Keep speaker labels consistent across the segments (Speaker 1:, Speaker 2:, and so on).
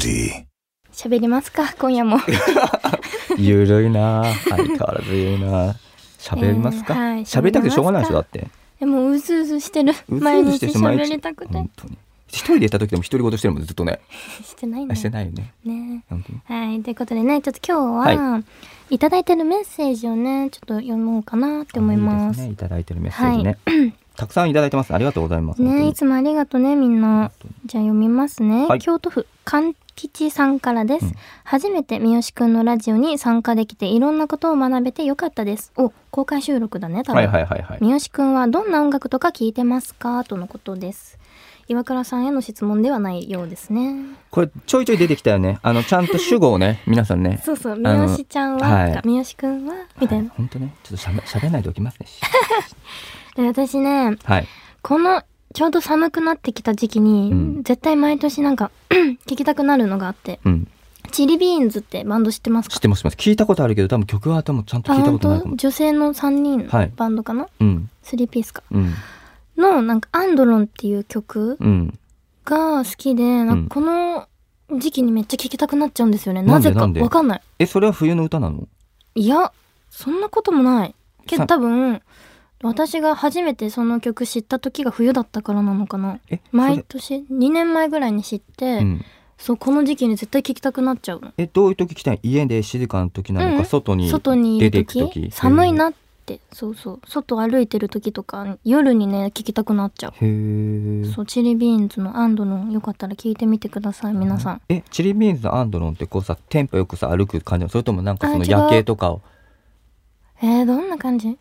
Speaker 1: テ
Speaker 2: 喋りますか今夜も
Speaker 3: ゆるいな相変わらずゆるいな 喋りますか
Speaker 2: えーはい
Speaker 3: 喋りたくてしょうがないでしょだって
Speaker 2: でもうずうずしてる
Speaker 3: う
Speaker 2: 毎
Speaker 3: つうつ
Speaker 2: 日
Speaker 3: してしまい
Speaker 2: 喋りたくて
Speaker 3: 本当に一人でいた時でも独り言してるもんずっとね
Speaker 2: してないね
Speaker 3: してないよね
Speaker 2: ね
Speaker 3: 本当に
Speaker 2: はいということでねちょっと今日は、い、ただいてるメッセージをねちょっと読もうかなって思います
Speaker 3: いいですねいただいてるメッセージね、たくさんいただいてますありがとうございます
Speaker 2: ねいつもありがとうねみんなじゃあ読みますね、
Speaker 3: はい
Speaker 2: 京都府勘吉さんからです、
Speaker 3: うん
Speaker 2: 初めて三好くんのラジオに参加できていろんなことを学べてよかったですお公開収録だね多分、
Speaker 3: はいはいはいはい
Speaker 2: 三好くんはどんな音楽とか聞いてますかとのことです岩倉さんへの質問ではないようですね
Speaker 3: これちょいちょい出てきたよねあのちゃんと主語をね皆さんね
Speaker 2: そうそう
Speaker 3: あ
Speaker 2: 三
Speaker 3: の
Speaker 2: 好ちゃんは、
Speaker 3: はい
Speaker 2: とか三好くんはみたいな、
Speaker 3: 本当ねちょっとしゃべしゃべらないでおきますね
Speaker 2: で私ね
Speaker 3: はい
Speaker 2: このちょうど寒くなってきた時期に、
Speaker 3: うん
Speaker 2: 絶対毎年なんか 聞きたくなるのがあって
Speaker 3: うん
Speaker 2: チリビーンズってバンド知ってます
Speaker 3: 知
Speaker 2: か
Speaker 3: ってます知ってます聞いたことあるけど多分曲は多分ちゃんと
Speaker 2: あ
Speaker 3: 聞いた
Speaker 2: 本
Speaker 3: ことないか
Speaker 2: 当
Speaker 3: も
Speaker 2: 女性の3人
Speaker 3: はい
Speaker 2: バンドかな、
Speaker 3: うん
Speaker 2: 3ピースか
Speaker 3: うん
Speaker 2: のなんか「アンドロン」っていう曲
Speaker 3: うん
Speaker 2: が好きで、なんかこの時期にめっちゃ聴きたくなっちゃうんですよねなぜか
Speaker 3: なんで
Speaker 2: わかんない
Speaker 3: えそれは冬の歌なの
Speaker 2: いやそんなこともないけど
Speaker 3: さ
Speaker 2: 多分私が初めてその曲知った時が冬だったからなのかな
Speaker 3: え
Speaker 2: 毎年2年前ぐらいに知って、
Speaker 3: それうん
Speaker 2: そうこの時期に絶対聴きたくなっちゃうの
Speaker 3: えどういう時来たい家で静かな時なのか、
Speaker 2: うん
Speaker 3: 外に
Speaker 2: 外にい
Speaker 3: 出
Speaker 2: る
Speaker 3: ていく
Speaker 2: 時
Speaker 3: 時
Speaker 2: 寒いなってそうそう外歩いてる時とか夜にね聴きたくなっちゃう
Speaker 3: へえ
Speaker 2: そうチリビーンズのアンドのよかったら聞いてみてください皆さん
Speaker 3: えチリビーンズのアンドロンってこうさテンポよくさ歩く感じなのそれともなんかその
Speaker 2: あ違う
Speaker 3: 夜景とかを
Speaker 2: えー、どんな感じ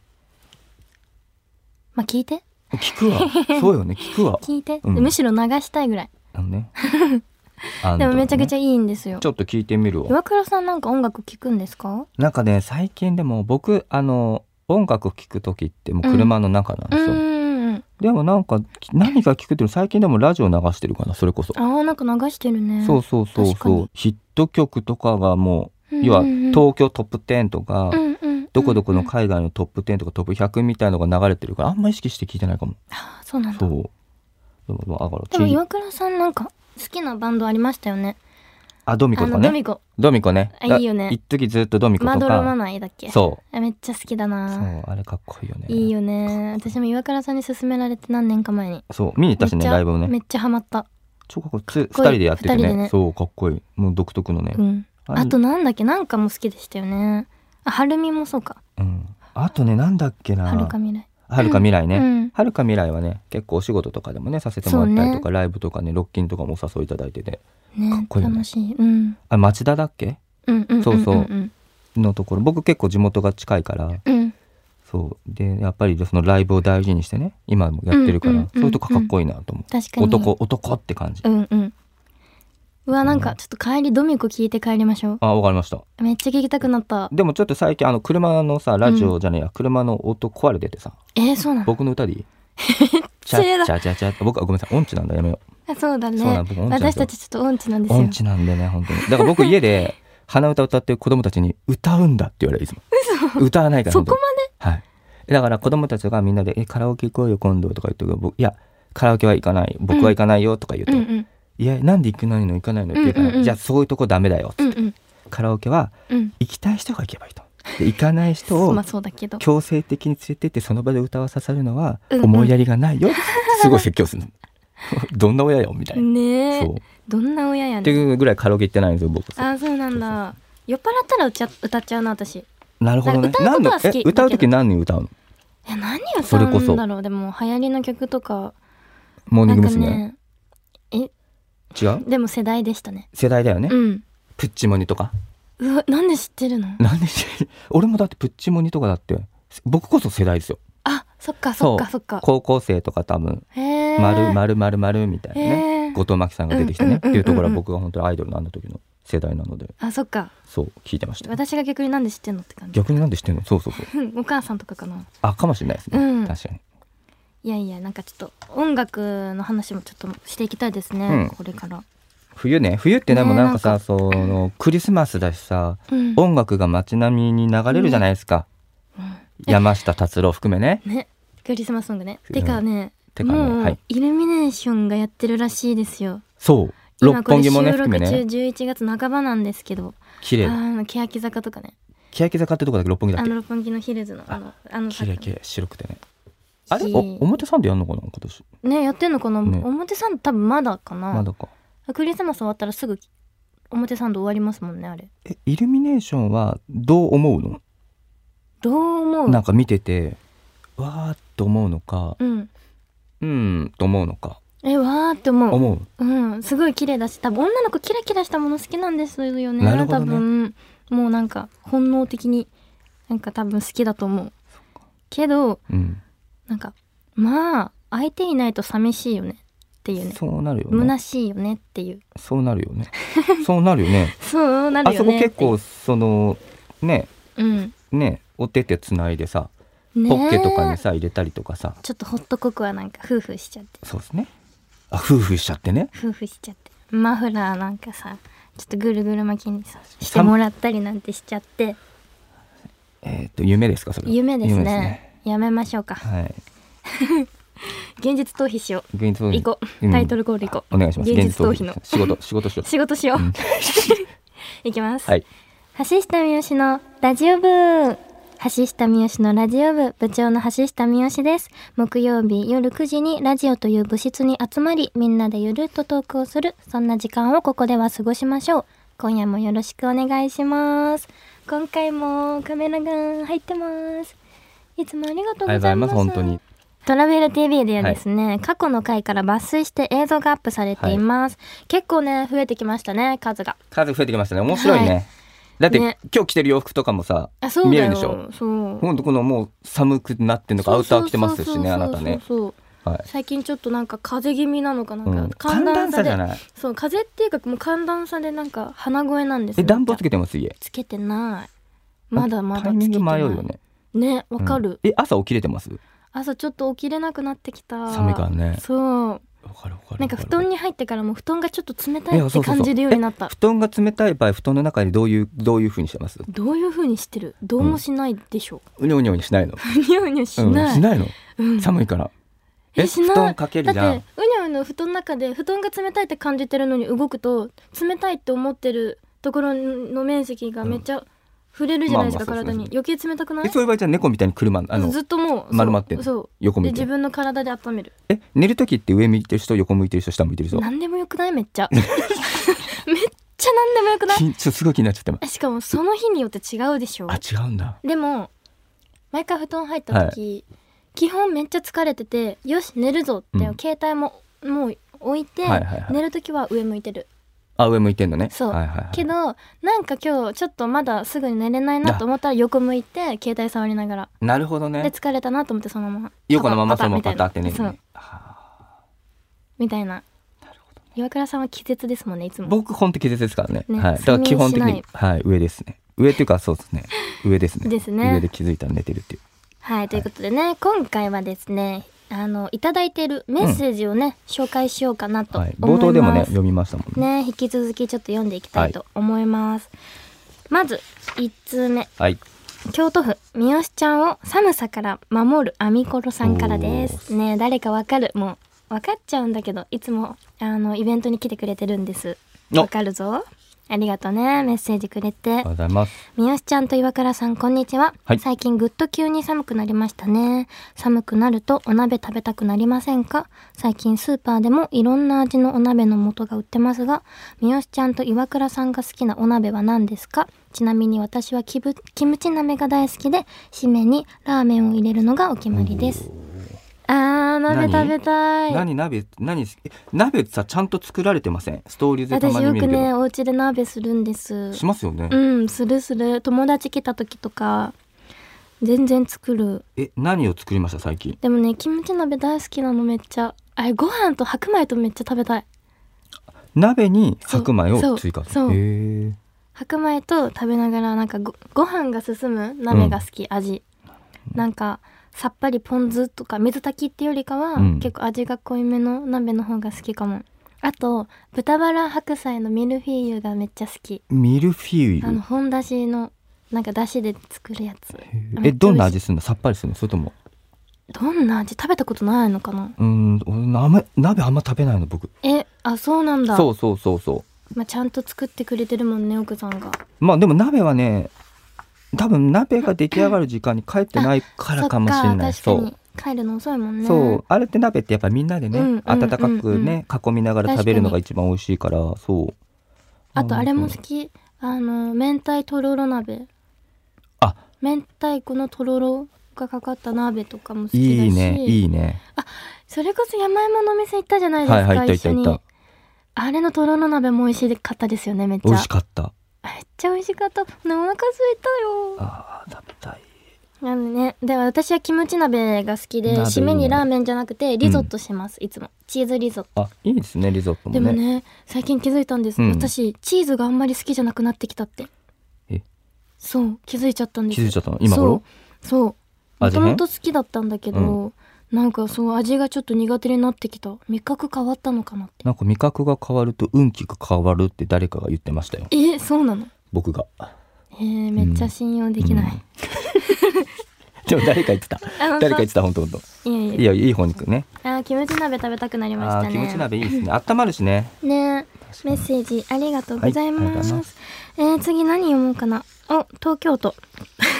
Speaker 2: まあ聞いて
Speaker 3: 聞くわ そうよね聞くわ
Speaker 2: 聞いて、
Speaker 3: うん
Speaker 2: むしろ流したいぐらい
Speaker 3: あのねアン
Speaker 2: で
Speaker 3: ド
Speaker 2: も
Speaker 3: ロンね
Speaker 2: めちゃくちゃいいんですよ
Speaker 3: ちょっと聞いてみるわ
Speaker 2: 岩倉さんなんか音楽聞くんですか
Speaker 3: なんかね最近でも僕あの音楽聴く時ってもう車の中なん
Speaker 2: う
Speaker 3: ですよ、
Speaker 2: ーん
Speaker 3: でもなんかき何か聴くっていうの最近でもラジオ流してるかなそれこそ、
Speaker 2: あーなんか流してるね
Speaker 3: そうそうそう
Speaker 2: 確か
Speaker 3: そ
Speaker 2: に
Speaker 3: うヒット曲とかがも
Speaker 2: う
Speaker 3: うん要は
Speaker 2: うんうん
Speaker 3: 東京トップ10とか、
Speaker 2: うんうんうん
Speaker 3: どこどこの海外のトップ10とかトップ100みたいのが流れてるからあんま意識して聞いてないかも。
Speaker 2: あーそうなん
Speaker 3: そ
Speaker 2: だ
Speaker 3: う。でもだから
Speaker 2: でも
Speaker 3: ち
Speaker 2: 岩倉さんなんか好きなバンドありましたよね
Speaker 3: あドミコ
Speaker 2: あ
Speaker 3: とか
Speaker 2: のド
Speaker 3: ね。
Speaker 2: ミコ
Speaker 3: ドミコね。
Speaker 2: あ
Speaker 3: だ
Speaker 2: いいよね
Speaker 3: 一時ずっとドミコ
Speaker 2: ま
Speaker 3: と
Speaker 2: どろま
Speaker 3: か。
Speaker 2: ないだっけ
Speaker 3: そう。
Speaker 2: あめっちゃ好きだ
Speaker 3: そ
Speaker 2: な
Speaker 3: うあれかっこいいよね。
Speaker 2: いいよね私も岩倉さんに勧められて何年か前に
Speaker 3: そう見に行ったしね
Speaker 2: めっちゃ
Speaker 3: ライブをね
Speaker 2: め。っちゃハマった。
Speaker 3: 超かっこいい。つ二
Speaker 2: こいい
Speaker 3: 人でやってて
Speaker 2: 二人で
Speaker 3: ね
Speaker 2: ね。
Speaker 3: そうかっこいい。もう独特のね
Speaker 2: う。ん。
Speaker 3: れ
Speaker 2: あと、なんだっけなんかも好きでしたよね。あ、はるみもそうか。
Speaker 3: うん。あとねなんだっけな。
Speaker 2: はるか未来。
Speaker 3: はるか未来
Speaker 2: う
Speaker 3: ね。
Speaker 2: ん。
Speaker 3: はるか未来はね結構お仕事とかでもねさせてもらったりとか、ライブとかねロッキンとかもお誘いいただいててかっ
Speaker 2: ね
Speaker 3: こいいよね
Speaker 2: 楽しい。うん。
Speaker 3: あ町田だっけ
Speaker 2: うんうんんんん
Speaker 3: そうそう
Speaker 2: うん。
Speaker 3: のところ僕結構地元が近いから
Speaker 2: うん。
Speaker 3: そうでやっぱりそのライブを大事にしてね今もやってるから、
Speaker 2: うんうんうんうん
Speaker 3: そういうとこかっこいいなと思う、
Speaker 2: 確かに。。
Speaker 3: 男男って感じ、
Speaker 2: うんうん。うわ、なんかちょっと帰りドミコ聞いて帰りましょう。
Speaker 3: あわかりました
Speaker 2: めっちゃ聞きたくなった。
Speaker 3: でもちょっと最近あの車のさラジオじゃないや、車の音壊れててさ
Speaker 2: えー、そうなの
Speaker 3: 僕の歌で いいち
Speaker 2: そ
Speaker 3: ゃ
Speaker 2: れだ
Speaker 3: ちゃちゃちゃ僕はごめんなさい音痴なんだやめよ
Speaker 2: あそうだ
Speaker 3: そうな
Speaker 2: ね
Speaker 3: の僕。音痴なんですよ
Speaker 2: 私たちちょっと音痴なんで
Speaker 3: う
Speaker 2: すよ
Speaker 3: 音。痴なんでね本当にだから僕家 で鼻歌歌ってる子供たちに歌うんだって言われるいつも歌わないから
Speaker 2: そこま
Speaker 3: まではいだから子供たちがみんなで「えカラオケ行こうよ今度」とか言って僕いやカラオケは行かない僕は行かないよ」とか言うと、
Speaker 2: で。うんうん。
Speaker 3: いや、なんで行くのに行かないのって言うから、
Speaker 2: うんうんうん
Speaker 3: じゃあそういうとこダメだよ。
Speaker 2: うんうん。
Speaker 3: カラオケは
Speaker 2: うん。
Speaker 3: 行きたい人が行けばいいと。で行かない人
Speaker 2: そ
Speaker 3: を
Speaker 2: まあそうだけど。
Speaker 3: 強制的に連れてってその場で歌わさせるのは
Speaker 2: うんうん
Speaker 3: 思いやりがないよ。すごい説教するの。 どんな親よみたいな。
Speaker 2: ねえ
Speaker 3: そう。。
Speaker 2: どんな親やねん
Speaker 3: っていうぐらいカラオケ行ってないんですよ、僕。
Speaker 2: あーそうなんだ酔っ払ったら歌っちゃ歌っちゃうな私
Speaker 3: なるほどね。
Speaker 2: なんか歌うこと
Speaker 3: の
Speaker 2: は好きだけ
Speaker 3: え
Speaker 2: ど
Speaker 3: 歌う時何に歌うの
Speaker 2: え何
Speaker 3: そ
Speaker 2: 歌
Speaker 3: れこ
Speaker 2: う
Speaker 3: そ
Speaker 2: んだろうでも流行りの曲とか
Speaker 3: モーニ
Speaker 2: な
Speaker 3: ング
Speaker 2: んか
Speaker 3: 娘。
Speaker 2: ねえ
Speaker 3: 違う
Speaker 2: でも世代でしたね
Speaker 3: 世代だよね。
Speaker 2: うん
Speaker 3: プッチモニとか。
Speaker 2: うわなんで知ってるの
Speaker 3: なんで 俺もだってプッチモニとかだって、僕こそ世代ですよ。
Speaker 2: あそっかそっか
Speaker 3: そう
Speaker 2: そっか
Speaker 3: 高校生とか多分、
Speaker 2: へえ
Speaker 3: 丸丸丸丸みたいなね。
Speaker 2: へえ
Speaker 3: 後藤真希さんが出てきてね、
Speaker 2: うんうんうんう
Speaker 3: っ
Speaker 2: ん
Speaker 3: ていうところは僕が本当にアイドルなんだ時の世代なので
Speaker 2: あそっか
Speaker 3: そう聞いてました
Speaker 2: 私が逆になんで知ってんのって感じ
Speaker 3: 逆になんで知ってんのそうそうそう
Speaker 2: うんお母さんとかかな
Speaker 3: あかもしれないですね、
Speaker 2: うん
Speaker 3: 確かに
Speaker 2: いやいやなんかちょっと音楽の話もちょっとしていきたいですね、
Speaker 3: うん
Speaker 2: これから
Speaker 3: 冬ね冬ってでも
Speaker 2: ね
Speaker 3: なんかさ、
Speaker 2: なん
Speaker 3: そのクリスマスだしさ
Speaker 2: うん
Speaker 3: 音楽が街並みに流れるじゃないですか、山下達郎含めね
Speaker 2: ねクリスマスソングねてかね
Speaker 3: てかね
Speaker 2: もう、
Speaker 3: はい
Speaker 2: イルミネーションがやってるらしいですよ
Speaker 3: そう
Speaker 2: 今
Speaker 3: 六
Speaker 2: これ
Speaker 3: 本木
Speaker 2: 収
Speaker 3: もね含
Speaker 2: 録
Speaker 3: め
Speaker 2: 中
Speaker 3: ね
Speaker 2: 11月半ばなんですけど、
Speaker 3: 綺
Speaker 2: あ
Speaker 3: 麗
Speaker 2: の欅坂とかね
Speaker 3: 欅坂ってとこだけど六本木だ
Speaker 2: あ
Speaker 3: っけ
Speaker 2: の六本木のヒルズのあのあの
Speaker 3: 綺
Speaker 2: 坂
Speaker 3: 麗綺麗白くてねあれ
Speaker 2: し
Speaker 3: お表参道やんのかな今年
Speaker 2: ねやってんのかな、
Speaker 3: ね
Speaker 2: 表参道多分まだかな
Speaker 3: まだか
Speaker 2: クリスマス終わったらすぐ表参道終わりますもんねあれ
Speaker 3: えイルミネーションはどう思うの
Speaker 2: どう思う
Speaker 3: なんか見ててわーっと思うのか
Speaker 2: うん
Speaker 3: うーんと思うのか
Speaker 2: えわーって思う
Speaker 3: 思う
Speaker 2: うんすごい綺麗だし多分女の子キラキラしたもの好きなんですよね
Speaker 3: なるほどね
Speaker 2: 多分もうなんか本能的になんか多分好きだと思うけど
Speaker 3: うん
Speaker 2: なんかまあ相手いないと寂しいよねっていうね
Speaker 3: そうなるよね
Speaker 2: 虚しいよねっていう
Speaker 3: そうなるよ ねそうなるよね
Speaker 2: そうな
Speaker 3: あ
Speaker 2: るよ
Speaker 3: そこ
Speaker 2: ねっていう
Speaker 3: 結構そのね
Speaker 2: うん
Speaker 3: ねお手手つないでさ
Speaker 2: ねえ
Speaker 3: ポッケとかにさ入れたりとかさ
Speaker 2: ちょっとホットココはなんか夫婦しちゃって
Speaker 3: そうですねあ夫婦しちゃってね
Speaker 2: 夫婦しちゃってマフラーなんかさちょっとぐるぐる巻きにさしてもらったりなんてしちゃって
Speaker 3: えっ、と夢ですかそれ
Speaker 2: 夢ですねやめましょうか
Speaker 3: はい
Speaker 2: 現実逃避しよ
Speaker 3: 現実逃
Speaker 2: う
Speaker 3: 避
Speaker 2: 行こう
Speaker 3: うん
Speaker 2: タイトルコール行こう
Speaker 3: お願いします
Speaker 2: 現実逃避の
Speaker 3: 仕 事仕事しよう
Speaker 2: 仕事しよう、
Speaker 3: うん
Speaker 2: 行きます、
Speaker 3: はい
Speaker 2: 橋下三好のラジオ部橋下三好のラジオ部部長の橋下三好です木曜日夜9時にラジオという部室に集まりみんなでゆるっとトークをするそんな時間をここでは過ごしましょう今夜もよろしくお願いします今回もカメラが入ってますいつもありがと
Speaker 3: ありがとう
Speaker 2: うございます
Speaker 3: ございます本当に
Speaker 2: トラベル TV ではですね、過去の回から抜粋して映像がアップされています、結構ね増えてきましたね数が
Speaker 3: 数増えてきましたね面白いね、
Speaker 2: は
Speaker 3: だって、
Speaker 2: ね
Speaker 3: 今日着てる洋服とかもさ
Speaker 2: あそう
Speaker 3: 見え
Speaker 2: だよ
Speaker 3: るでしょ
Speaker 2: そう
Speaker 3: ほんとこのもう寒くなってんのかアウター着てますしねあなたね
Speaker 2: そうそうそうそう
Speaker 3: はい
Speaker 2: 最近ちょっとなんか風邪気味なのかなんか、
Speaker 3: うん寒暖差じゃ
Speaker 2: い
Speaker 3: ない
Speaker 2: そう風邪っていうかもう寒暖差でなんか鼻声なんです
Speaker 3: え
Speaker 2: よ
Speaker 3: 暖房つけてます家
Speaker 2: つけてないまだまだつ
Speaker 3: タイ
Speaker 2: け
Speaker 3: ミン
Speaker 2: て
Speaker 3: グ
Speaker 2: な
Speaker 3: 迷
Speaker 2: いう
Speaker 3: よね
Speaker 2: ねわかる、
Speaker 3: うんえ朝起きれてます
Speaker 2: 朝ちょっと起きれなくなってきた
Speaker 3: 寒いからね
Speaker 2: そう
Speaker 3: わかるわかる
Speaker 2: なんか布団に入ってからも布団がちょっと冷た
Speaker 3: い
Speaker 2: い
Speaker 3: や
Speaker 2: っ
Speaker 3: そ
Speaker 2: て
Speaker 3: うそうそう
Speaker 2: 感じるようになった
Speaker 3: え布団が冷たい場合布団の中にどういうどういう風にしてます
Speaker 2: どういう風にしてるどうもしないでしょ
Speaker 3: うにょうにょにしないの
Speaker 2: うにゃうにゃし
Speaker 3: うん、
Speaker 2: ない、
Speaker 3: しないの
Speaker 2: うん
Speaker 3: 寒いからえ
Speaker 2: しない
Speaker 3: 布団かけるじゃ
Speaker 2: だっ
Speaker 3: ん
Speaker 2: てうにゃうにゃ布団の中で布団が冷たいって感じてるのに動くと冷たいって思ってるところの面積がめっちゃ触れるじゃないですか、
Speaker 3: まあまあそうで
Speaker 2: 体
Speaker 3: すね
Speaker 2: に余計冷たくない
Speaker 3: えそういう場合じゃあ猫みたいに車あの
Speaker 2: ずっともう
Speaker 3: 丸まってんの
Speaker 2: そう
Speaker 3: 横
Speaker 2: そうで
Speaker 3: 向い
Speaker 2: 自
Speaker 3: て
Speaker 2: 分の体で温める
Speaker 3: え寝る時って上向いてる人横向いてる人下向いてる人
Speaker 2: 何でもよくないめっ ちゃめっちゃ何でもよくない
Speaker 3: きんちょっとすごい気になっちゃってま
Speaker 2: しかもその日によって違うでしょ
Speaker 3: すあ違うんだ
Speaker 2: でも毎回布団入った時、基本めっちゃ疲れててよし寝るぞって、
Speaker 3: うん
Speaker 2: 携帯ももう置いて、
Speaker 3: はいはいはい
Speaker 2: 寝る時は上向いてる
Speaker 3: あ上向いてんのね
Speaker 2: そう
Speaker 3: はいはいはい、
Speaker 2: けどなんか今日ちょっとまだすぐに寝れないなと思ったら横向いて携帯触りながら
Speaker 3: なるほど
Speaker 2: で
Speaker 3: ね
Speaker 2: 疲れたなと思ってそのまま
Speaker 3: 横のままそ
Speaker 2: パタ
Speaker 3: のま
Speaker 2: パ
Speaker 3: ま
Speaker 2: タ
Speaker 3: パタってね
Speaker 2: みたいなそうみたいな岩倉さんは気絶ですもんねいつも
Speaker 3: 僕本って気絶ですからね
Speaker 2: ね
Speaker 3: はい、だから基本的
Speaker 2: 睡眠
Speaker 3: に
Speaker 2: し
Speaker 3: はい上ですね上っていうかそうです ね上ですね
Speaker 2: ですね
Speaker 3: 上で気づいたら寝てるっていう
Speaker 2: はいということでね、今回はですねあのいただいているメッセージをね、紹介しようかなと
Speaker 3: は
Speaker 2: 思
Speaker 3: い、
Speaker 2: いま
Speaker 3: 冒
Speaker 2: す、
Speaker 3: 頭でもね読みましたもんね
Speaker 2: ね引き続きちょっと読んでいきたいと思います、まず1通目
Speaker 3: はい
Speaker 2: 京都府三好ちゃんを寒さから守る網コロさんからで
Speaker 3: お
Speaker 2: す
Speaker 3: ー
Speaker 2: ねえ誰かわかるもう分かっちゃうんだけどいつもあのイベントに来てくれてるんです
Speaker 3: お
Speaker 2: わかるぞありがとうねメッセージくれ
Speaker 3: ありが
Speaker 2: て
Speaker 3: とうございます
Speaker 2: 三好ちゃんと岩倉さんこんにちは、
Speaker 3: はい
Speaker 2: 最近ぐっと急に寒くなりましたね寒くなるとお鍋食べたくなりませんか最近スーパーでもいろんな味のお鍋の素が売ってますが三好ちゃんと岩倉さんが好きなお鍋は何ですかちなみに私はキブキムチ鍋が大好きで締めにラーメンを入れるのがお決まりですあー鍋食
Speaker 3: 何
Speaker 2: べたい
Speaker 3: 何鍋何え鍋ってさちゃんと作られてませんストーリーズでた
Speaker 2: 私
Speaker 3: まに
Speaker 2: よ
Speaker 3: 見
Speaker 2: く
Speaker 3: るけど、
Speaker 2: ねお家で鍋するんです
Speaker 3: しますよね、
Speaker 2: うんするする友達来た時とか全然作る
Speaker 3: え何を作りました最近
Speaker 2: でもねキムチ鍋大好きなのめっちゃあれご飯と白米とめっちゃ食べたい
Speaker 3: 鍋に
Speaker 2: そう
Speaker 3: 白米を追加す
Speaker 2: そ
Speaker 3: る
Speaker 2: うそう
Speaker 3: へえ
Speaker 2: 白米と食べながらなんかごご飯が進む鍋が好き、味なんかさっぱりポン酢とか水炊きってよりかは、
Speaker 3: うん
Speaker 2: 結構味が濃いめの鍋の方が好きかもあと豚バラ白菜のミルフィーユがめっちゃ好き
Speaker 3: ミルフィー
Speaker 2: あの
Speaker 3: ユ
Speaker 2: 本だしのなんかだしで作るやつ
Speaker 3: えどんな味するのさっぱりするのそれとも
Speaker 2: どんな味食べたことないのかな
Speaker 3: うん俺鍋鍋あんま食べないの僕
Speaker 2: えあそうなんだ
Speaker 3: そうそうそうそう
Speaker 2: まあ、ちゃんと作ってくれてるもんね奥さんが
Speaker 3: まあでも鍋はね多分鍋が出来上がる時間に帰ってないからかもしれない
Speaker 2: そっか確かに帰るの遅いもんね
Speaker 3: そうあれって鍋ってやっぱみんなでね、
Speaker 2: うんうん
Speaker 3: 温かくね囲みながら食べるのが一番美味しいからそう
Speaker 2: あとあれも
Speaker 3: そ
Speaker 2: 好
Speaker 3: う
Speaker 2: きあの明太とろろ鍋
Speaker 3: あ
Speaker 2: 明太子のとろろがかかった鍋とかも好きだし
Speaker 3: いいねいいね
Speaker 2: それこそ山芋のお店行ったじゃないですか、
Speaker 3: はいはい行った行った
Speaker 2: 一緒
Speaker 3: 行っ
Speaker 2: に
Speaker 3: た
Speaker 2: あれのとろろ鍋も美味しかったですよねめっちゃ
Speaker 3: 美味しかった
Speaker 2: めっちゃ美味しかったねお腹空いたよ
Speaker 3: あー食べたい
Speaker 2: なんでねで私はキムチ鍋が好きで
Speaker 3: 鍋いいね
Speaker 2: 締めにラーメンじゃなくてリゾットします、いつもチーズリゾット
Speaker 3: あいいですねリゾットも
Speaker 2: で
Speaker 3: ね
Speaker 2: もね最近気づいたんです、
Speaker 3: うん
Speaker 2: 私チーズがあんまり好きじゃなくなってきたって
Speaker 3: え
Speaker 2: そう気づいちゃったんです
Speaker 3: 気づいちゃったの今頃
Speaker 2: そうそうも
Speaker 3: 味
Speaker 2: と
Speaker 3: 変
Speaker 2: もと好きだったんだけど、なんかそう味がちょっと苦手になってきた味覚変わったのかなって
Speaker 3: なんか味覚が変わると運気が変わるって誰かが言ってましたよ
Speaker 2: えそうなの
Speaker 3: 僕が
Speaker 2: えー、めっちゃ信用できない、
Speaker 3: でも誰か言ってた
Speaker 2: あ本当
Speaker 3: 誰か言ってた本当本
Speaker 2: いや
Speaker 3: 当
Speaker 2: い
Speaker 3: いや
Speaker 2: や
Speaker 3: いい方に行くね
Speaker 2: あーキムチ鍋食べたくなりまし
Speaker 3: あ
Speaker 2: たね
Speaker 3: ーキムチ鍋いいですね温まるしね
Speaker 2: ね
Speaker 3: か
Speaker 2: メ
Speaker 3: に
Speaker 2: ッセージありがとうござ
Speaker 3: は
Speaker 2: い
Speaker 3: いありが
Speaker 2: ま
Speaker 3: とうご
Speaker 2: す。
Speaker 3: ざいま
Speaker 2: えー次何読もうかな。お、東京 都。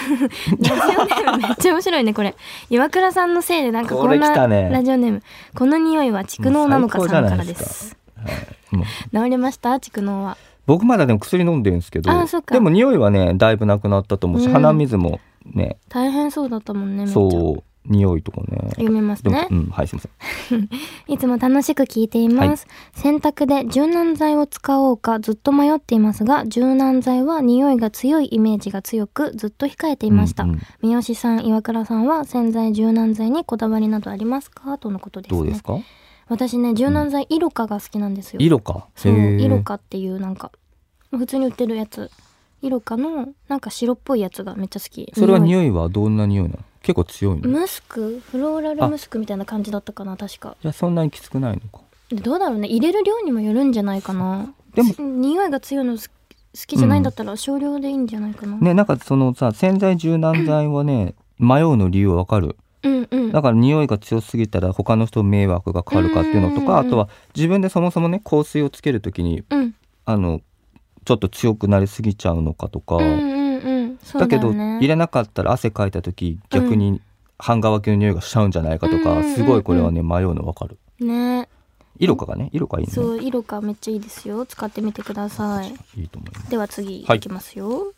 Speaker 2: ラジオネームめっちゃ面白いね、これ。岩倉さんのせいで、なんかこ
Speaker 3: こ
Speaker 2: ん
Speaker 3: れ来
Speaker 2: な、
Speaker 3: たね
Speaker 2: ラジオネーム。この匂いは蓄能なのかさんからです。
Speaker 3: もう
Speaker 2: 治りました蓄能は。
Speaker 3: 僕まだでも薬飲んでるんですけど
Speaker 2: あそっか
Speaker 3: でも匂いはねだいぶなくなったと思うし、
Speaker 2: うん
Speaker 3: 鼻水もね
Speaker 2: 大変そうだったもんね、めっちゃ。
Speaker 3: そう匂いとかね
Speaker 2: 読みます
Speaker 3: でも
Speaker 2: ね
Speaker 3: う。んはいすいません
Speaker 2: いつも楽しく聞いています。洗濯で柔軟剤を使おうかずっと迷っていますが、柔軟剤は匂いが強いイメージが強く、ずっと控えていました。
Speaker 3: うんうん
Speaker 2: 三好さん、岩倉さんは洗剤、柔軟剤にこだわりなどありますかとのことですね。
Speaker 3: どうですか
Speaker 2: 私ね、柔軟剤、イロカが好きなんですよ。
Speaker 3: 色か
Speaker 2: そう、
Speaker 3: へー
Speaker 2: イロカっていうなんか、普通に売ってるやつ。イロカのなんか白っぽいやつがめっちゃ好き。
Speaker 3: それは匂いはどんな匂いなの結構強いの
Speaker 2: いムスクフローラルムスクみたいな感じだったかな、確か。
Speaker 3: じゃあそんなにきつくないのか
Speaker 2: でどうだろうね入れる量にもよるんじゃないかな
Speaker 3: でも
Speaker 2: し匂いが強いのす好きじゃないんだったら少量でいいんじゃないかな、
Speaker 3: ねなんかそのさ洗剤柔軟剤はね 迷うの理由わかる
Speaker 2: うんうん
Speaker 3: だから匂いが強すぎたら他の人迷惑がかかるかっていうのとか
Speaker 2: う
Speaker 3: あ
Speaker 2: ん
Speaker 3: とは自分でそもそもね香水をつけるときに
Speaker 2: うん
Speaker 3: あのちょっと強くなりすぎちゃうのかとか、
Speaker 2: うんうんうんそう
Speaker 3: だ
Speaker 2: だ
Speaker 3: け
Speaker 2: よ
Speaker 3: ど
Speaker 2: ね
Speaker 3: 入れなかったら汗かいた時逆に半乾きの匂いがしちゃうんじゃないかと
Speaker 2: うんうん
Speaker 3: か
Speaker 2: うんうん
Speaker 3: すごいこれはね迷うの分かる
Speaker 2: ね
Speaker 3: 色かがね色かいいね
Speaker 2: そう色がめっちゃいいですよ使ってみてください
Speaker 3: いいと思います
Speaker 2: では次
Speaker 3: はい
Speaker 2: いきますよ、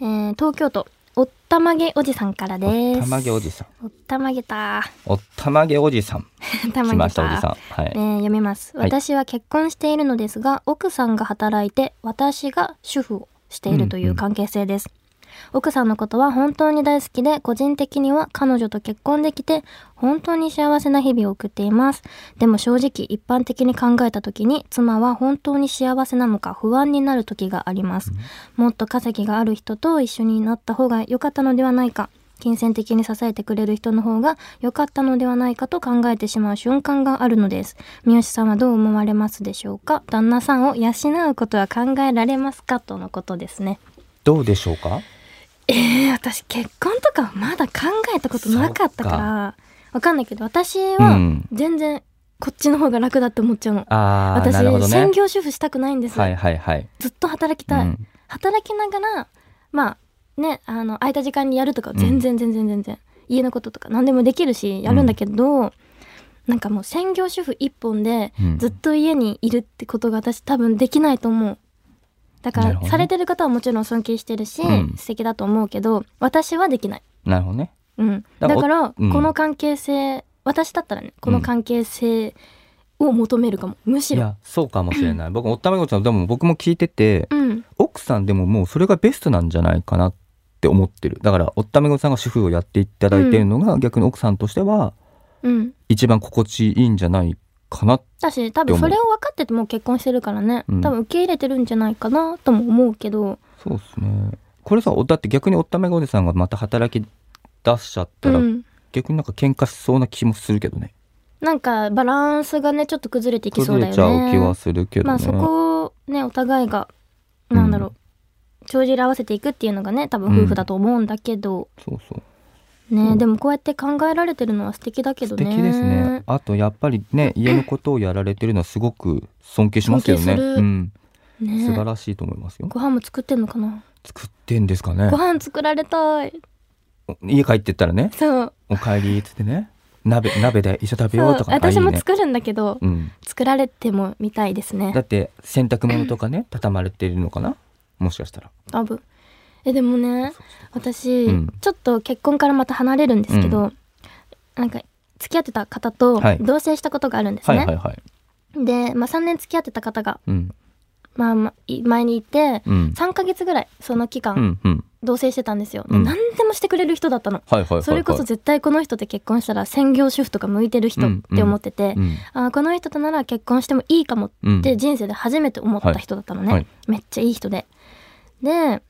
Speaker 2: えー東京都おったまげおじさんからです
Speaker 3: たまげおじさん
Speaker 2: おったまげた
Speaker 3: おたまげおじさん
Speaker 2: たま
Speaker 3: 来
Speaker 2: げ
Speaker 3: ましたおじさんはい、
Speaker 2: えー読みます、
Speaker 3: はい
Speaker 2: 私は結婚しているのですが奥さんが働いて私が主婦をしているとい
Speaker 3: ん
Speaker 2: う
Speaker 3: う
Speaker 2: うん関係性です、奥さんのことは本当に大好きで個人的には彼女と結婚できて本当に幸せな日々を送っていますでも正直一般的に考えた時に妻は本当に幸せなのか不安になる時があります、もっと稼ぎがある人と一緒になった方が良かったのではないか金銭的に支えてくれる人の方が良かったのではないかと考えてしまう瞬間があるのです三好さんはどう思われますでしょうか旦那さんを養うことは考えられますかとのことですね
Speaker 3: どうでしょうか
Speaker 2: えー、私結婚とかまだ考えたことなかったから
Speaker 3: そっ
Speaker 2: わかんないけど私
Speaker 3: う
Speaker 2: は
Speaker 3: ん
Speaker 2: 全然こっちの方が楽だって思っちゃうの、
Speaker 3: ああ
Speaker 2: 私、
Speaker 3: なるほどね
Speaker 2: 専業主婦したくないんです、
Speaker 3: はいはいはい、
Speaker 2: ずっと働き
Speaker 3: う
Speaker 2: たい、
Speaker 3: ん
Speaker 2: 働きながらまあねあの空いた時間にやるとか全然全然全然、家のこととか何でもできるしやるんだけど、なんかもう専業主婦一本で
Speaker 3: うん
Speaker 2: ずっと家にいるってことが私多分できないと思うだか
Speaker 3: なるほ
Speaker 2: ら
Speaker 3: どね
Speaker 2: されてる方はもちろん尊敬してるし、
Speaker 3: うん
Speaker 2: 素敵だと思うけど私はできない、
Speaker 3: なるほどね
Speaker 2: うん、
Speaker 3: だ
Speaker 2: だ
Speaker 3: から
Speaker 2: から
Speaker 3: うん
Speaker 2: この関係性私だったらねこの関係性を求めるかもむし
Speaker 3: い
Speaker 2: ろ
Speaker 3: やそうかもしれない僕おったまげおじさんでも僕も聞いてて、
Speaker 2: うん
Speaker 3: 奥さんでももうそれがベストなんじゃないかなって思ってるだからおっためごさんが主婦をやっていただいてるのが、逆に奥さんとしては
Speaker 2: うん
Speaker 3: 一番心地いいんじゃないかな
Speaker 2: だし多分それを分かっててもう結婚してるからね、
Speaker 3: うん
Speaker 2: 多分受け入れてるんじゃないかなとも思うけど
Speaker 3: そうですねこれさおだって逆におっためごでさんがまた働き出しちゃっ
Speaker 2: う
Speaker 3: たら、
Speaker 2: ん
Speaker 3: 逆になんか喧嘩しそうな気もするけどね
Speaker 2: なんかバランスがねちょっと崩れていきそうだ
Speaker 3: 崩
Speaker 2: よ
Speaker 3: れちゃ
Speaker 2: ね
Speaker 3: う気はするけどね、
Speaker 2: まあそこをねお互いがなんだろう、帳尻合わせていくっていうのがね多分夫婦だと思うんだけど、
Speaker 3: そうそう
Speaker 2: ねでもこうやって考えられてるのは素敵だけど
Speaker 3: 素
Speaker 2: ね。
Speaker 3: 敵ですね。あとやっぱりね家のことをやられてるのはすごく尊敬しますよね。
Speaker 2: 尊敬する
Speaker 3: うん、
Speaker 2: ね
Speaker 3: 素晴らしいと思いますよ。
Speaker 2: ご飯も作ってんのかな。
Speaker 3: 作ってんですかね
Speaker 2: ご。飯作られたい。
Speaker 3: 家帰ってったらね
Speaker 2: そう。
Speaker 3: お帰りっつってね鍋鍋で一緒食べ
Speaker 2: そ
Speaker 3: よう
Speaker 2: う
Speaker 3: とかあ
Speaker 2: 私
Speaker 3: いい
Speaker 2: も
Speaker 3: ね
Speaker 2: 作るんだけど、
Speaker 3: うん、
Speaker 2: 作られてもみたいですね
Speaker 3: だ。って洗濯物とかね畳まれてるのかなもしかしたら。
Speaker 2: 多分。えでもね
Speaker 3: そう
Speaker 2: 私、
Speaker 3: うん
Speaker 2: ちょっと結婚からまた離れるんですけど、なんか付き合ってた方と
Speaker 3: はい
Speaker 2: 同棲したことがあるんです
Speaker 3: は
Speaker 2: ね。
Speaker 3: いはいはい。
Speaker 2: で、まあ、3年付き合ってた方が、
Speaker 3: うん
Speaker 2: まあまあ、い前にいて、
Speaker 3: うん
Speaker 2: 3ヶ月ぐらいその期
Speaker 3: う
Speaker 2: 間
Speaker 3: んうん
Speaker 2: 同棲してたんですよ。で
Speaker 3: うん
Speaker 2: 何でもしてくれる人だったの。
Speaker 3: はいはいはいはい。
Speaker 2: それこそ絶対この人と結婚したら専業主婦とか向いてる人って思ってて、
Speaker 3: うん
Speaker 2: あーこの人となら結婚してもいいかも
Speaker 3: うん
Speaker 2: って人生で初めて思った人だったのね、
Speaker 3: はいはい
Speaker 2: めっちゃいい人でで、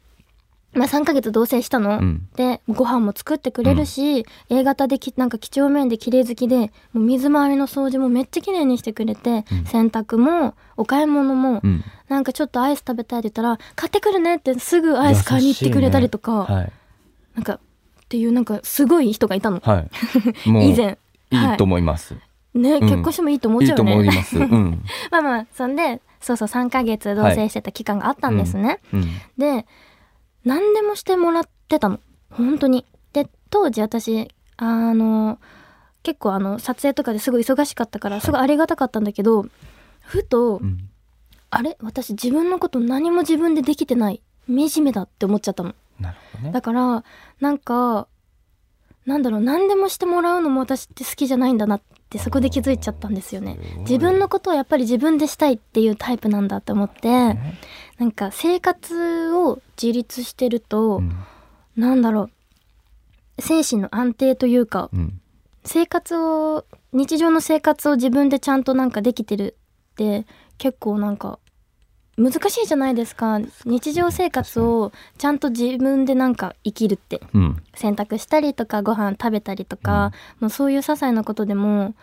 Speaker 2: まあ、3ヶ月同棲したの、
Speaker 3: うん
Speaker 2: でご飯も作ってくれるし、A 型できなんか几帳面で綺麗好きでもう水回りの掃除もめっちゃ綺麗にしてくれて、
Speaker 3: うん
Speaker 2: 洗濯もお買い物も、
Speaker 3: うん
Speaker 2: なんかちょっとアイス食べたいって言ったら「買ってくるね」ってすぐアイス買いに行ってくれたりとか、
Speaker 3: はい
Speaker 2: なんかっていうなんかすごい人がいたの、
Speaker 3: はい。もう
Speaker 2: 以前。
Speaker 3: いいと思います。
Speaker 2: ね、
Speaker 3: うん
Speaker 2: 結婚してもいいと思っ
Speaker 3: い
Speaker 2: ち
Speaker 3: い
Speaker 2: ゃう
Speaker 3: と
Speaker 2: よね。
Speaker 3: 思います。うん
Speaker 2: まあまあそんでそうそう3ヶ月同棲してた期間があったんですね、
Speaker 3: うん
Speaker 2: で何でもしてもらってたの本当にで当時私あの結構あの撮影とかですごい忙しかったからすごいありがたかったんだけど、ふと、
Speaker 3: うん
Speaker 2: あれ私自分のこと何も自分でできてない惨めだって思っちゃったの
Speaker 3: なるほどね
Speaker 2: だ。からなんかなんだろう何でもしてもらうのも私って好きじゃないんだなってそこで気づいちゃったんですよね
Speaker 3: すごい
Speaker 2: 自分のことをやっぱり自分でしたいっていうタイプなんだって思って
Speaker 3: ね
Speaker 2: なんか生活を自立してると、
Speaker 3: うん
Speaker 2: なんだろう精神の安定というか
Speaker 3: うん
Speaker 2: 生活を日常の生活を自分でちゃんとなんかできてるって結構なんか難しいじゃないですか日常生活をちゃんと自分でなんか生きるって
Speaker 3: うん
Speaker 2: 洗濯したりとかご飯食べたりとか、もうそういう些細なことでも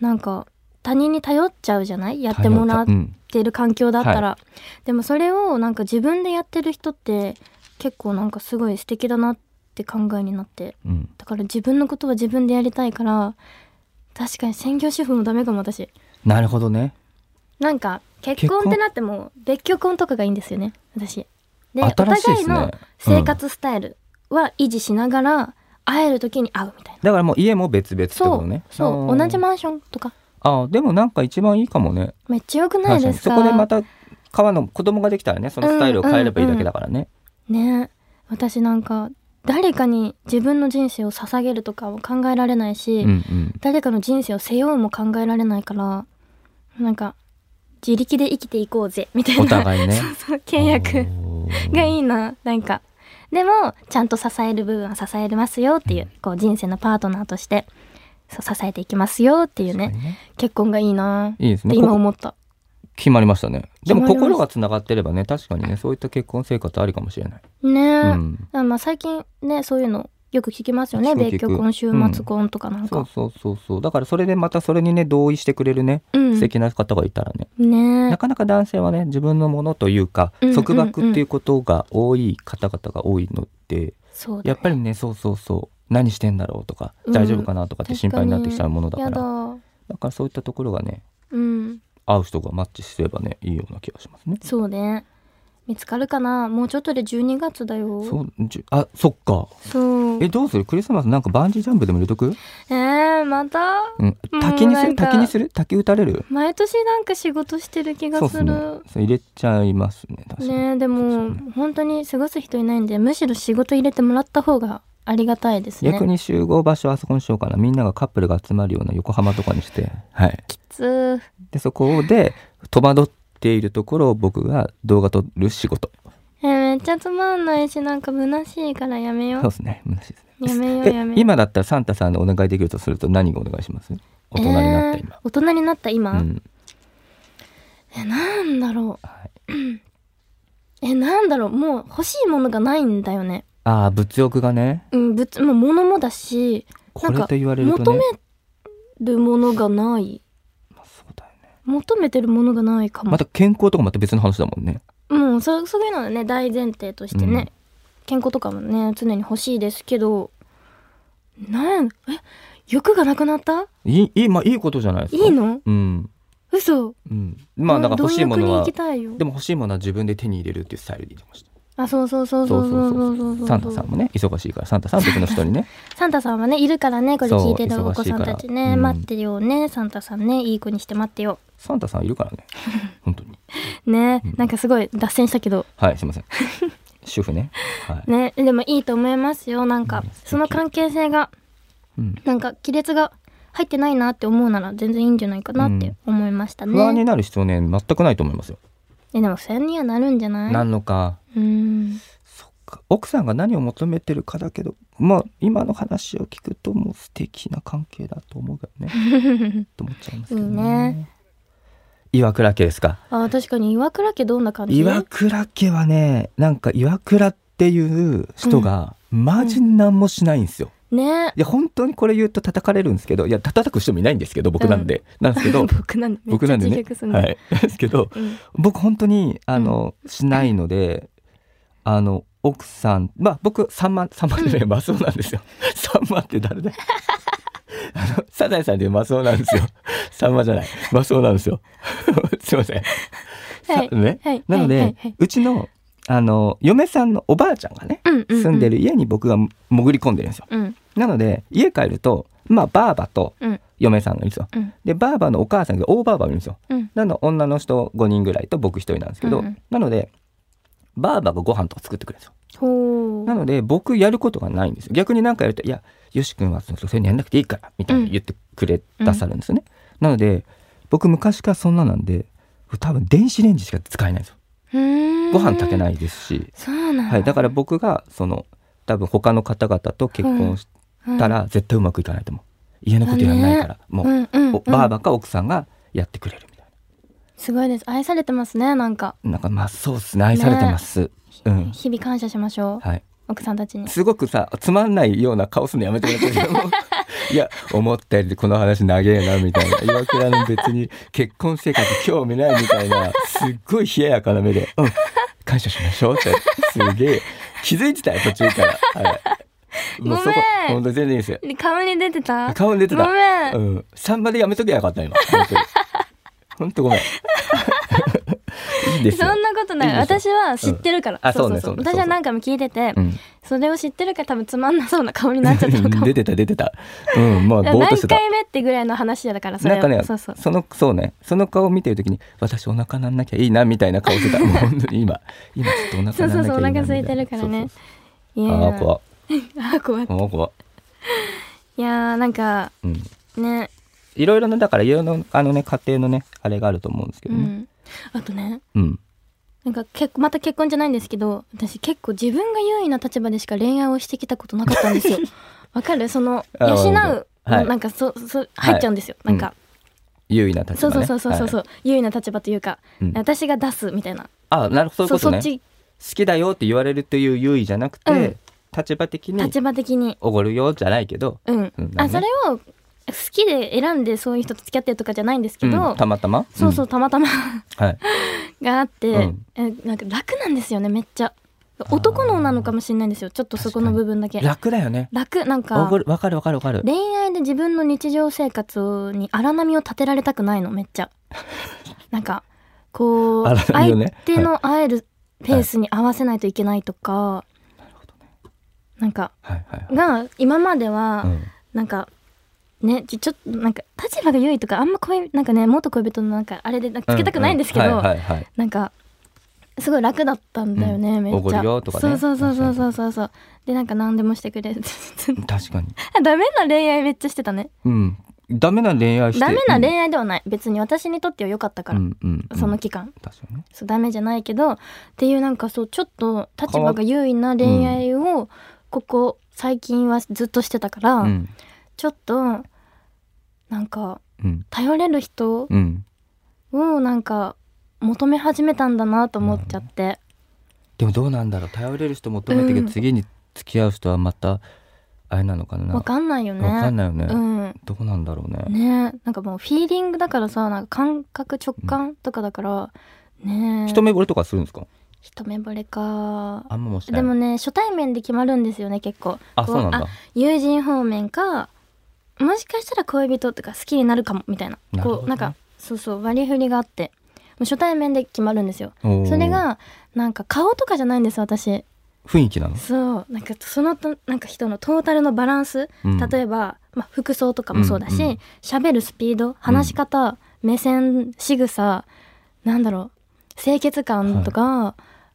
Speaker 2: なんか他人に頼っちゃうじゃないやってもらっ
Speaker 3: うん
Speaker 2: てる環境だったら、でもそれをなんか自分でやってる人って結構なんかすごい素敵だなって考えになって
Speaker 3: うん
Speaker 2: だから自分のことは自分でやりたいから確かに専業主婦もダメかも私
Speaker 3: なるほどね。
Speaker 2: なんか結婚ってなっても別居婚とかがいいんですよね私でお
Speaker 3: 新しいで
Speaker 2: 互い
Speaker 3: すね
Speaker 2: の生活スタイルは維持しながら会える時に会うみたいな、
Speaker 3: だからもう家も別々ってこ
Speaker 2: そ
Speaker 3: と
Speaker 2: う
Speaker 3: ね。
Speaker 2: そう
Speaker 3: あー
Speaker 2: 同じマンションとか
Speaker 3: あーでもなんか一番いいかもね。
Speaker 2: めっちゃ良くないですか
Speaker 3: 確にそこでまた川の子供ができたらねそのスタイルを変えればいいだけだからね。
Speaker 2: ね私なんか誰かに自分の人生を捧げるとかも考えられないし、
Speaker 3: うんうん
Speaker 2: 誰かの人生を背負うも考えられないからなんか自力で生きていこうぜみたいな
Speaker 3: お互いね
Speaker 2: そうそう契約
Speaker 3: おー
Speaker 2: がいいななんかでもちゃんと支える部分は支えますよっていう、こう人生のパートナーとしてそう支えていきますよっていうね結婚がいいなって
Speaker 3: いいですね。
Speaker 2: 今
Speaker 3: ここ
Speaker 2: 思った
Speaker 3: 決まりましたね。でも
Speaker 2: 決まりました
Speaker 3: 心がつながってればね、確かにね、そういった結婚生活ありかもしれない。
Speaker 2: ねえ、
Speaker 3: うん。
Speaker 2: あまあ最近ねそういうのよく聞きますよね
Speaker 3: 聞く聞く
Speaker 2: 別居婚週末婚とかなん
Speaker 3: そう
Speaker 2: か、
Speaker 3: そうそうそう。だからそれでまたそれにね、同意してくれるね、
Speaker 2: うん
Speaker 3: 素敵な方がいたらね、
Speaker 2: ね
Speaker 3: な
Speaker 2: え
Speaker 3: かなか男性はね、自分のものというか
Speaker 2: うんうんう、ん
Speaker 3: 束縛っていうことが多い方々が多いので、
Speaker 2: そうだ
Speaker 3: やっぱりね、そうそうそう、何してんだろうとか、
Speaker 2: うん
Speaker 3: 大丈夫かなとかって心配になってきちゃうものだか
Speaker 2: やだ
Speaker 3: ら、だからそういったところがね、
Speaker 2: うん
Speaker 3: 合う人がマッチすればね、いいような気がしますね。
Speaker 2: そうね見つかるかなもうちょっとで12月だよ
Speaker 3: そうう、じゅあ、そっか。
Speaker 2: そう
Speaker 3: え、どうするクリスマスなんかバンジージャンプでも入れとく
Speaker 2: えー、また
Speaker 3: うん、
Speaker 2: うん
Speaker 3: 滝にす
Speaker 2: な
Speaker 3: る
Speaker 2: んか
Speaker 3: 滝にする滝打たれる
Speaker 2: 毎年なんか仕事してる気が
Speaker 3: そうですすね
Speaker 2: る
Speaker 3: それ入れちゃいますね確かに、
Speaker 2: ねえ
Speaker 3: そ
Speaker 2: で
Speaker 3: う
Speaker 2: も
Speaker 3: です
Speaker 2: 本当に過ごす人いないんでむしろ仕事入れてもらった方がありがたいですね
Speaker 3: 逆に集合場所あそこにしようかなみんながカップルが集まるような横浜とかにして、はい、
Speaker 2: つ
Speaker 3: でそこで戸惑っているところを僕が動画撮る仕事
Speaker 2: えーめっちゃつまんないしなんか虚しいからやめよ
Speaker 3: そう
Speaker 2: う
Speaker 3: ですね虚しいですね
Speaker 2: やめよう
Speaker 3: え
Speaker 2: やめよう
Speaker 3: 今だったらサンタさんにお願いできるとすると何がお願いします大人になった
Speaker 2: えー
Speaker 3: 今、
Speaker 2: 大人になった今、
Speaker 3: うん
Speaker 2: えなんだろ
Speaker 3: はい、
Speaker 2: う えなんだろうもう欲しいものがないんだよね
Speaker 3: ああ物欲がね
Speaker 2: うん物もう物もだし
Speaker 3: これと言われると
Speaker 2: 求
Speaker 3: ね
Speaker 2: めるものがない
Speaker 3: まあそうだよね
Speaker 2: 求めてるものがないかも、
Speaker 3: また健康とかまた別の話だもんね
Speaker 2: もうそそういうのはね大前提としてね、
Speaker 3: うん
Speaker 2: 健康とかもね常に欲しいですけどなんえ欲がなくなった
Speaker 3: いいいいまあいいことじゃないですか
Speaker 2: いいの
Speaker 3: うん
Speaker 2: 嘘
Speaker 3: うんまあだから欲しいもの
Speaker 2: 貪欲に
Speaker 3: は
Speaker 2: 行きたいよ
Speaker 3: でも欲しいものは自分で手に入れるっていうスタイルで言ってました
Speaker 2: あそうそうそうそうそうそうそうそう
Speaker 3: サンタさんもね忙しいからサンタさん別の人に ね
Speaker 2: サンタさんはねいるからねこれ聞いてるお子さんた
Speaker 3: そう忙し
Speaker 2: ち
Speaker 3: いか
Speaker 2: ね
Speaker 3: ら
Speaker 2: 待ってるよねサンタさんねいい子にして待ってよ
Speaker 3: サンタさんいるからね本当に
Speaker 2: ね
Speaker 3: うん
Speaker 2: なんかすごい脱線したけど
Speaker 3: はいすい ません主婦ねはい、
Speaker 2: ねでもいいと思いますよなんか
Speaker 3: うん素敵
Speaker 2: その関係性が
Speaker 3: うん
Speaker 2: なんか亀裂が入ってないなって思うなら全然いいんじゃないかなって思いましたね、
Speaker 3: 不安になる必要ね全くないと思いますよ、
Speaker 2: えでも不安にはなるんじゃない
Speaker 3: 何のか
Speaker 2: うん
Speaker 3: 奥さんが何を求めてるかだけどまあ今の話を聞くともう素敵な関係だと思うけどね と思っちゃいますけど
Speaker 2: いい
Speaker 3: ね岩倉家ですか
Speaker 2: あ確かに岩倉家どんな感じ
Speaker 3: 岩倉家はねなんか岩倉っていう人がマジ何もしないんですよ、
Speaker 2: ね
Speaker 3: いや本当にこれ言うと叩かれるんですけどいや叩く人もいないんですけど僕なんで、なんですけど
Speaker 2: 僕なんで めっ
Speaker 3: 僕
Speaker 2: ち
Speaker 3: な
Speaker 2: ゃ
Speaker 3: んで
Speaker 2: 自
Speaker 3: ね
Speaker 2: 虐すんだ、
Speaker 3: はいですけど
Speaker 2: うん
Speaker 3: 僕本当にあの、しないのであの奥さんまあ僕さんまさんまじゃないマスオなんですよさんまって誰だ あのサザエさんでいうマスオなんですよさんまじゃないマスオなんですよ すいません、
Speaker 2: はい
Speaker 3: さね
Speaker 2: はい
Speaker 3: なので、
Speaker 2: はいはいはいう
Speaker 3: ちのあの嫁さんのおばあちゃんがね、
Speaker 2: うんうんうん
Speaker 3: 住んでる家に僕が潜り込んでるんですよ
Speaker 2: うん
Speaker 3: なので家帰るとまあばあばと
Speaker 2: うん
Speaker 3: 嫁さんがいるんですよ
Speaker 2: うん
Speaker 3: でばあばのお母さんが大ばあばがいるんですよ
Speaker 2: うん
Speaker 3: なの女の人5人ぐらいと僕1人なんですけど、
Speaker 2: うんうん
Speaker 3: なのでばあばがご飯とか作ってくれるんですよ
Speaker 2: ほ
Speaker 3: な
Speaker 2: う
Speaker 3: ので僕やることがないんですよ逆に何かやると「いやよし君はそそういうのやんなくていいから」みたいに言ってくれ
Speaker 2: うん
Speaker 3: 出さるんですよね、なので僕昔からそんななんで多分電子レンジしか使えないんですよご
Speaker 2: ご
Speaker 3: 飯炊けないいですし、
Speaker 2: そうなん
Speaker 3: はい、だから僕がその多分他の方々と結婚し
Speaker 2: うん
Speaker 3: たら絶対うまくいかないと思う家のことやらないから、もう、
Speaker 2: うんうん
Speaker 3: おばあばか奥さんがやってくれるみたいな。
Speaker 2: すごいです愛されてますねなんか
Speaker 3: なんかまあそうっすね愛されてます、うん
Speaker 2: 日々感謝しましょう
Speaker 3: はい
Speaker 2: 奥さんたちに
Speaker 3: すごくさつまんないような顔するのやめてくださいもういや思ったよりこの話長えなみたいな岩倉の別に結婚生活興味ないみたい なすっごい冷ややかな目で、うん、感謝しましょうってすげえ気づいてたよ途中から、はい、もうそこ
Speaker 2: ごめん
Speaker 3: 本当に全然いいですよ
Speaker 2: 顔に出てた
Speaker 3: 顔に出て
Speaker 2: ご
Speaker 3: た
Speaker 2: めん、
Speaker 3: うん、サンバでやめときゃよか った今本当に本当ごめん いいです
Speaker 2: そ
Speaker 3: よ
Speaker 2: んなことない
Speaker 3: いいでしょ
Speaker 2: 私は知ってるから、
Speaker 3: うんあそうねそうね
Speaker 2: 私
Speaker 3: そう
Speaker 2: は
Speaker 3: そう
Speaker 2: 何回も聞いてて、
Speaker 3: うん
Speaker 2: それを知ってるから多分つまんなそうな顔になっちゃったのか も
Speaker 3: 出てた出てたうんまあ
Speaker 2: だ
Speaker 3: ぼ
Speaker 2: から
Speaker 3: ーっと
Speaker 2: 何
Speaker 3: してた
Speaker 2: 回目ってぐらいの話だからそれ
Speaker 3: なんか
Speaker 2: は
Speaker 3: ね
Speaker 2: そうそう
Speaker 3: そのそうねその顔を見てるときに私お腹なんなきゃいいなみたいな顔 してたもう本当に今今ちょっとお腹なんなきゃいいなみたいな
Speaker 2: そうそうそうお腹空いてるからねい
Speaker 3: そう
Speaker 2: や
Speaker 3: そうあ
Speaker 2: ー
Speaker 3: ー怖っ
Speaker 2: あー怖い
Speaker 3: あー怖っ
Speaker 2: いやーなんか
Speaker 3: うん
Speaker 2: ね
Speaker 3: いろいろなだからいろいろなあのね家庭のねあれがあると思うんですけ
Speaker 2: う
Speaker 3: どね
Speaker 2: んあとね
Speaker 3: うん
Speaker 2: なんか結また結婚じゃないんですけど私結構自分が優位な立場でしか恋愛をしてきたことなかった んですよわかるその
Speaker 3: あ
Speaker 2: 養う
Speaker 3: なるほどはい
Speaker 2: なんかそそ入っちゃうんですよ、
Speaker 3: はい
Speaker 2: なんか、
Speaker 3: 優位な立
Speaker 2: そ
Speaker 3: 場
Speaker 2: う
Speaker 3: ね
Speaker 2: そうそうそうそう
Speaker 3: はい
Speaker 2: 優位な立場というか、
Speaker 3: うん
Speaker 2: 私が出すみたいな
Speaker 3: あなるほどそういうことね
Speaker 2: そそっち
Speaker 3: 好きだよって言われるという優位じゃなく
Speaker 2: う
Speaker 3: て
Speaker 2: ん
Speaker 3: 立場的に
Speaker 2: 立場的に
Speaker 3: おごるよじゃないけど
Speaker 2: うん、
Speaker 3: うん
Speaker 2: あそれを好きで選んでそういう人と付き合ってるとかじゃないんですけ
Speaker 3: う
Speaker 2: ど、
Speaker 3: んたまたま
Speaker 2: そうそううたま たま
Speaker 3: んはい
Speaker 2: があって、
Speaker 3: うん
Speaker 2: えなんか楽なんですよねめっちゃ男のなのかもしれないんですよちょっとそこの部分だけ
Speaker 3: 楽だよね
Speaker 2: 楽なん
Speaker 3: お
Speaker 2: か
Speaker 3: ごるわかるわかるわかる
Speaker 2: 恋愛で自分の日常生活に荒波を立てられたくないのめっ ちゃなんかこう、
Speaker 3: 荒波を
Speaker 2: 相
Speaker 3: ね
Speaker 2: 手の会えるペースに合わせないといけないとか、なんか
Speaker 3: はいはいはい
Speaker 2: が今までは、
Speaker 3: うん
Speaker 2: なんかねちちょっとなんか立場が良いとかあんま恋なんかね元恋人のなんかあれでなんかつけたくないんですけど、
Speaker 3: うはいはいはい
Speaker 2: なんかすごい楽だったんだよね、
Speaker 3: うん
Speaker 2: めっちゃ
Speaker 3: おごるよとかね
Speaker 2: そうそうそうそうそうそうでなんか何でもしてくれる
Speaker 3: 確かに
Speaker 2: ダメな恋愛めっちゃしてたね
Speaker 3: うんダメな恋愛して
Speaker 2: ダメな
Speaker 3: 愛
Speaker 2: 恋愛ではない別に私にとっては良かったから、
Speaker 3: うんうんうん
Speaker 2: その期間
Speaker 3: 確かにね
Speaker 2: そうダメじゃないけどっていうなんかそうちょっと立場が優位な恋愛をここ最近はずっとしてたから、
Speaker 3: うん
Speaker 2: ちょっとなんか
Speaker 3: うん
Speaker 2: 頼れる人
Speaker 3: うん
Speaker 2: をなんか求め始めたんだなと思っちゃって、
Speaker 3: でもどうなんだろう頼れる人求めてるけど、
Speaker 2: うん
Speaker 3: 次に付き合う人はまたあれなのかな
Speaker 2: わかんないよね
Speaker 3: わかんないよね、
Speaker 2: うん
Speaker 3: どうなんだろうね
Speaker 2: ねなんかもうフィーリングだからさなんか感覚直感とかだから、ね
Speaker 3: 一目惚れとかするんですか
Speaker 2: 一目惚れか
Speaker 3: あんまもしない
Speaker 2: でもね初対面で決まるんですよね結構
Speaker 3: あそうなんだ
Speaker 2: こ友人方面かもしかしたら恋人とか好きになるかもみたいな
Speaker 3: なるほどね
Speaker 2: こうなんかそうそう割り振りがあってもう初対面で決まるんですよ
Speaker 3: おー
Speaker 2: それがなんか顔とかじゃないんです私
Speaker 3: 雰囲気なの
Speaker 2: そうなんかそのとなんか人のトータルのバランス、
Speaker 3: うん
Speaker 2: 例えば、まあ、服装とかもそうだ
Speaker 3: うんう
Speaker 2: し
Speaker 3: ん
Speaker 2: 喋、るスピード話し方、目線仕草なんだろう清潔感とか、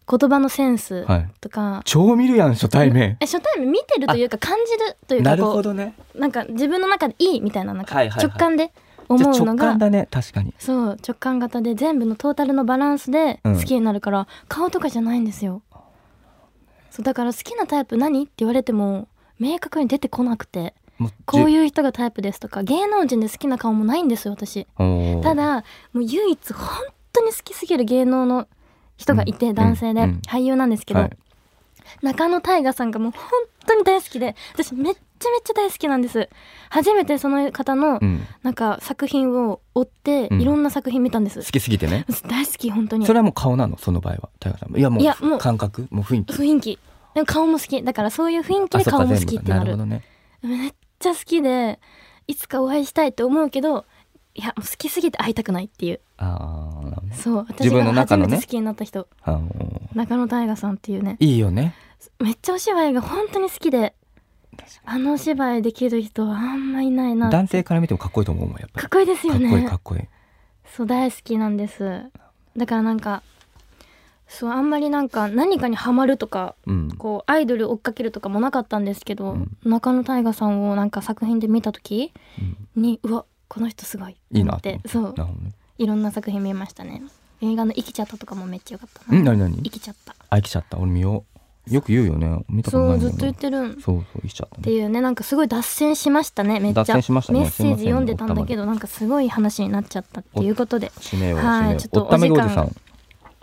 Speaker 2: 言葉のセンス
Speaker 3: はい
Speaker 2: とか、
Speaker 3: 超見るやん初対 面
Speaker 2: え初対面見てるというか感じるという
Speaker 3: な
Speaker 2: か
Speaker 3: る
Speaker 2: こ
Speaker 3: ほ
Speaker 2: う
Speaker 3: どね
Speaker 2: なんか自分の中でいいみたいななんか
Speaker 3: はいはいはい
Speaker 2: 直感で
Speaker 3: じ
Speaker 2: 思
Speaker 3: ゃあ
Speaker 2: うの
Speaker 3: 直
Speaker 2: が
Speaker 3: 感だね確かに
Speaker 2: そう直感型で全部のトータルのバランスで
Speaker 3: うん
Speaker 2: 好きになるから、顔とかじゃないんですよそうだから好きなタイプ何って言われても明確に出てこなくて
Speaker 3: もうじ
Speaker 2: こういう人がタイプですとか芸能人で好きな顔もないんですよ私
Speaker 3: おー
Speaker 2: ただもう唯一本当に好きすぎる芸能の人がいて、
Speaker 3: うん
Speaker 2: 男性で、
Speaker 3: うん
Speaker 2: 俳優なんですけど、
Speaker 3: はい
Speaker 2: 中野大我さんがもう本当に大好きで私めっちゃめっちゃ大好きなんです初めてその方の
Speaker 3: うん
Speaker 2: なんか作品を追って
Speaker 3: うん
Speaker 2: いろんな作品見たんです、
Speaker 3: 好きすぎてね
Speaker 2: 大好き本当に
Speaker 3: それはもう顔なのその場合は大河さんもいやもう
Speaker 2: いやもう
Speaker 3: 感覚もう雰囲気
Speaker 2: 雰囲気でも顔も好きだからそういう雰囲気
Speaker 3: あ
Speaker 2: で
Speaker 3: そっか
Speaker 2: 顔も好
Speaker 3: 全部
Speaker 2: きっ
Speaker 3: だ
Speaker 2: てな
Speaker 3: なる
Speaker 2: る
Speaker 3: ほどね
Speaker 2: めっちゃ好きでいつかお会いしたいと思うけどいやもう好きすぎて会いたくないっていう
Speaker 3: ああなるほどね
Speaker 2: そう私
Speaker 3: 自分の
Speaker 2: が初
Speaker 3: 中の
Speaker 2: め
Speaker 3: ね
Speaker 2: て好きになった人、
Speaker 3: あの
Speaker 2: 中野大我さんっていうね
Speaker 3: いいよね
Speaker 2: めっちゃお芝居が本当に好きであのお芝居できる人はあんまいないな
Speaker 3: 男性から見てもかっこいいと思うもんやっぱり
Speaker 2: かっこいいですよ
Speaker 3: かっこいい
Speaker 2: ね
Speaker 3: かっこいい
Speaker 2: そう大好きなんですだからなんかそうあんまりなんか何かにハマるとか
Speaker 3: うん
Speaker 2: こうアイドル追っかけるとかもなかったんですけど、
Speaker 3: うん
Speaker 2: 中野大我さんをなんか作品で見た時
Speaker 3: うん
Speaker 2: にうわこの人すごい
Speaker 3: いい
Speaker 2: と思
Speaker 3: な
Speaker 2: っ
Speaker 3: と思
Speaker 2: て
Speaker 3: って
Speaker 2: そう
Speaker 3: なるほどね
Speaker 2: いろんな作品見ましたね映画の「生きちゃった」とかもめっちゃ良かった
Speaker 3: うん
Speaker 2: な
Speaker 3: 何何
Speaker 2: 生きちゃった
Speaker 3: あ、生きちゃった。俺見よう。よく言うよね。見たこと
Speaker 2: そ
Speaker 3: な
Speaker 2: う
Speaker 3: い
Speaker 2: ず
Speaker 3: も
Speaker 2: っ
Speaker 3: ん
Speaker 2: と
Speaker 3: ね
Speaker 2: 言ってる
Speaker 3: そ
Speaker 2: ん
Speaker 3: うそう、生きちゃった
Speaker 2: って
Speaker 3: ね。
Speaker 2: いうねなんかすごい脱線しましたねめっちゃ
Speaker 3: 脱線しましたね
Speaker 2: メッセ
Speaker 3: す
Speaker 2: ージ
Speaker 3: いません
Speaker 2: 読んでたんだけどなんかすごい話になっちゃったっていうことで
Speaker 3: 締めよう、
Speaker 2: はい
Speaker 3: 締めよ
Speaker 2: ちょっ
Speaker 3: う。
Speaker 2: と
Speaker 3: おっため
Speaker 2: お
Speaker 3: ごじ
Speaker 2: 時間
Speaker 3: さん。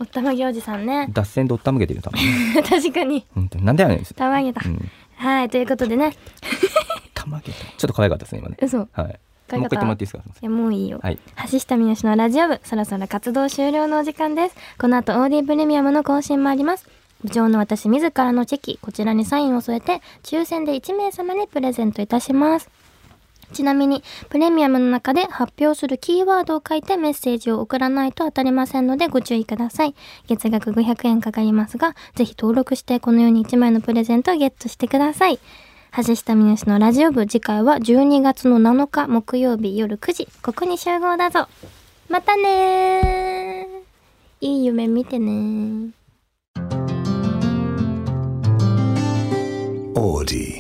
Speaker 2: おったまぎおじさんね
Speaker 3: 脱線でおっためげてる、多分。
Speaker 2: 確かに
Speaker 3: 本当に。なん でやねん。
Speaker 2: たまげた、
Speaker 3: うん。
Speaker 2: はいということでね
Speaker 3: たまげた。ちょっと可愛かったですね、今ね。
Speaker 2: 嘘い
Speaker 3: はい。
Speaker 2: 可
Speaker 3: もう一
Speaker 2: 愛
Speaker 3: 回言
Speaker 2: かっ
Speaker 3: っ
Speaker 2: た
Speaker 3: てもらっていいですかすいません
Speaker 2: やもういいよ、
Speaker 3: はい。
Speaker 2: 橋下美由のラジオ部そろそろ活動終了のお時間ですこの後 OD プレミアムの更新もあります部長の私自らのチェキこちらにサインを添えて抽選で1名様にプレゼントいたしますちなみに、プレミアムの中で発表するキーワードを書いてメッセージを送らないと当たりませんのでご注意ください。月額500円かかりますが、ぜひ登録してこのように1枚のプレゼントをゲットしてください。橋下美由のラジオ部次回は12月の7日木曜日夜9時、ここに集合だぞ。またねー。いい夢見てねー。
Speaker 1: Audi.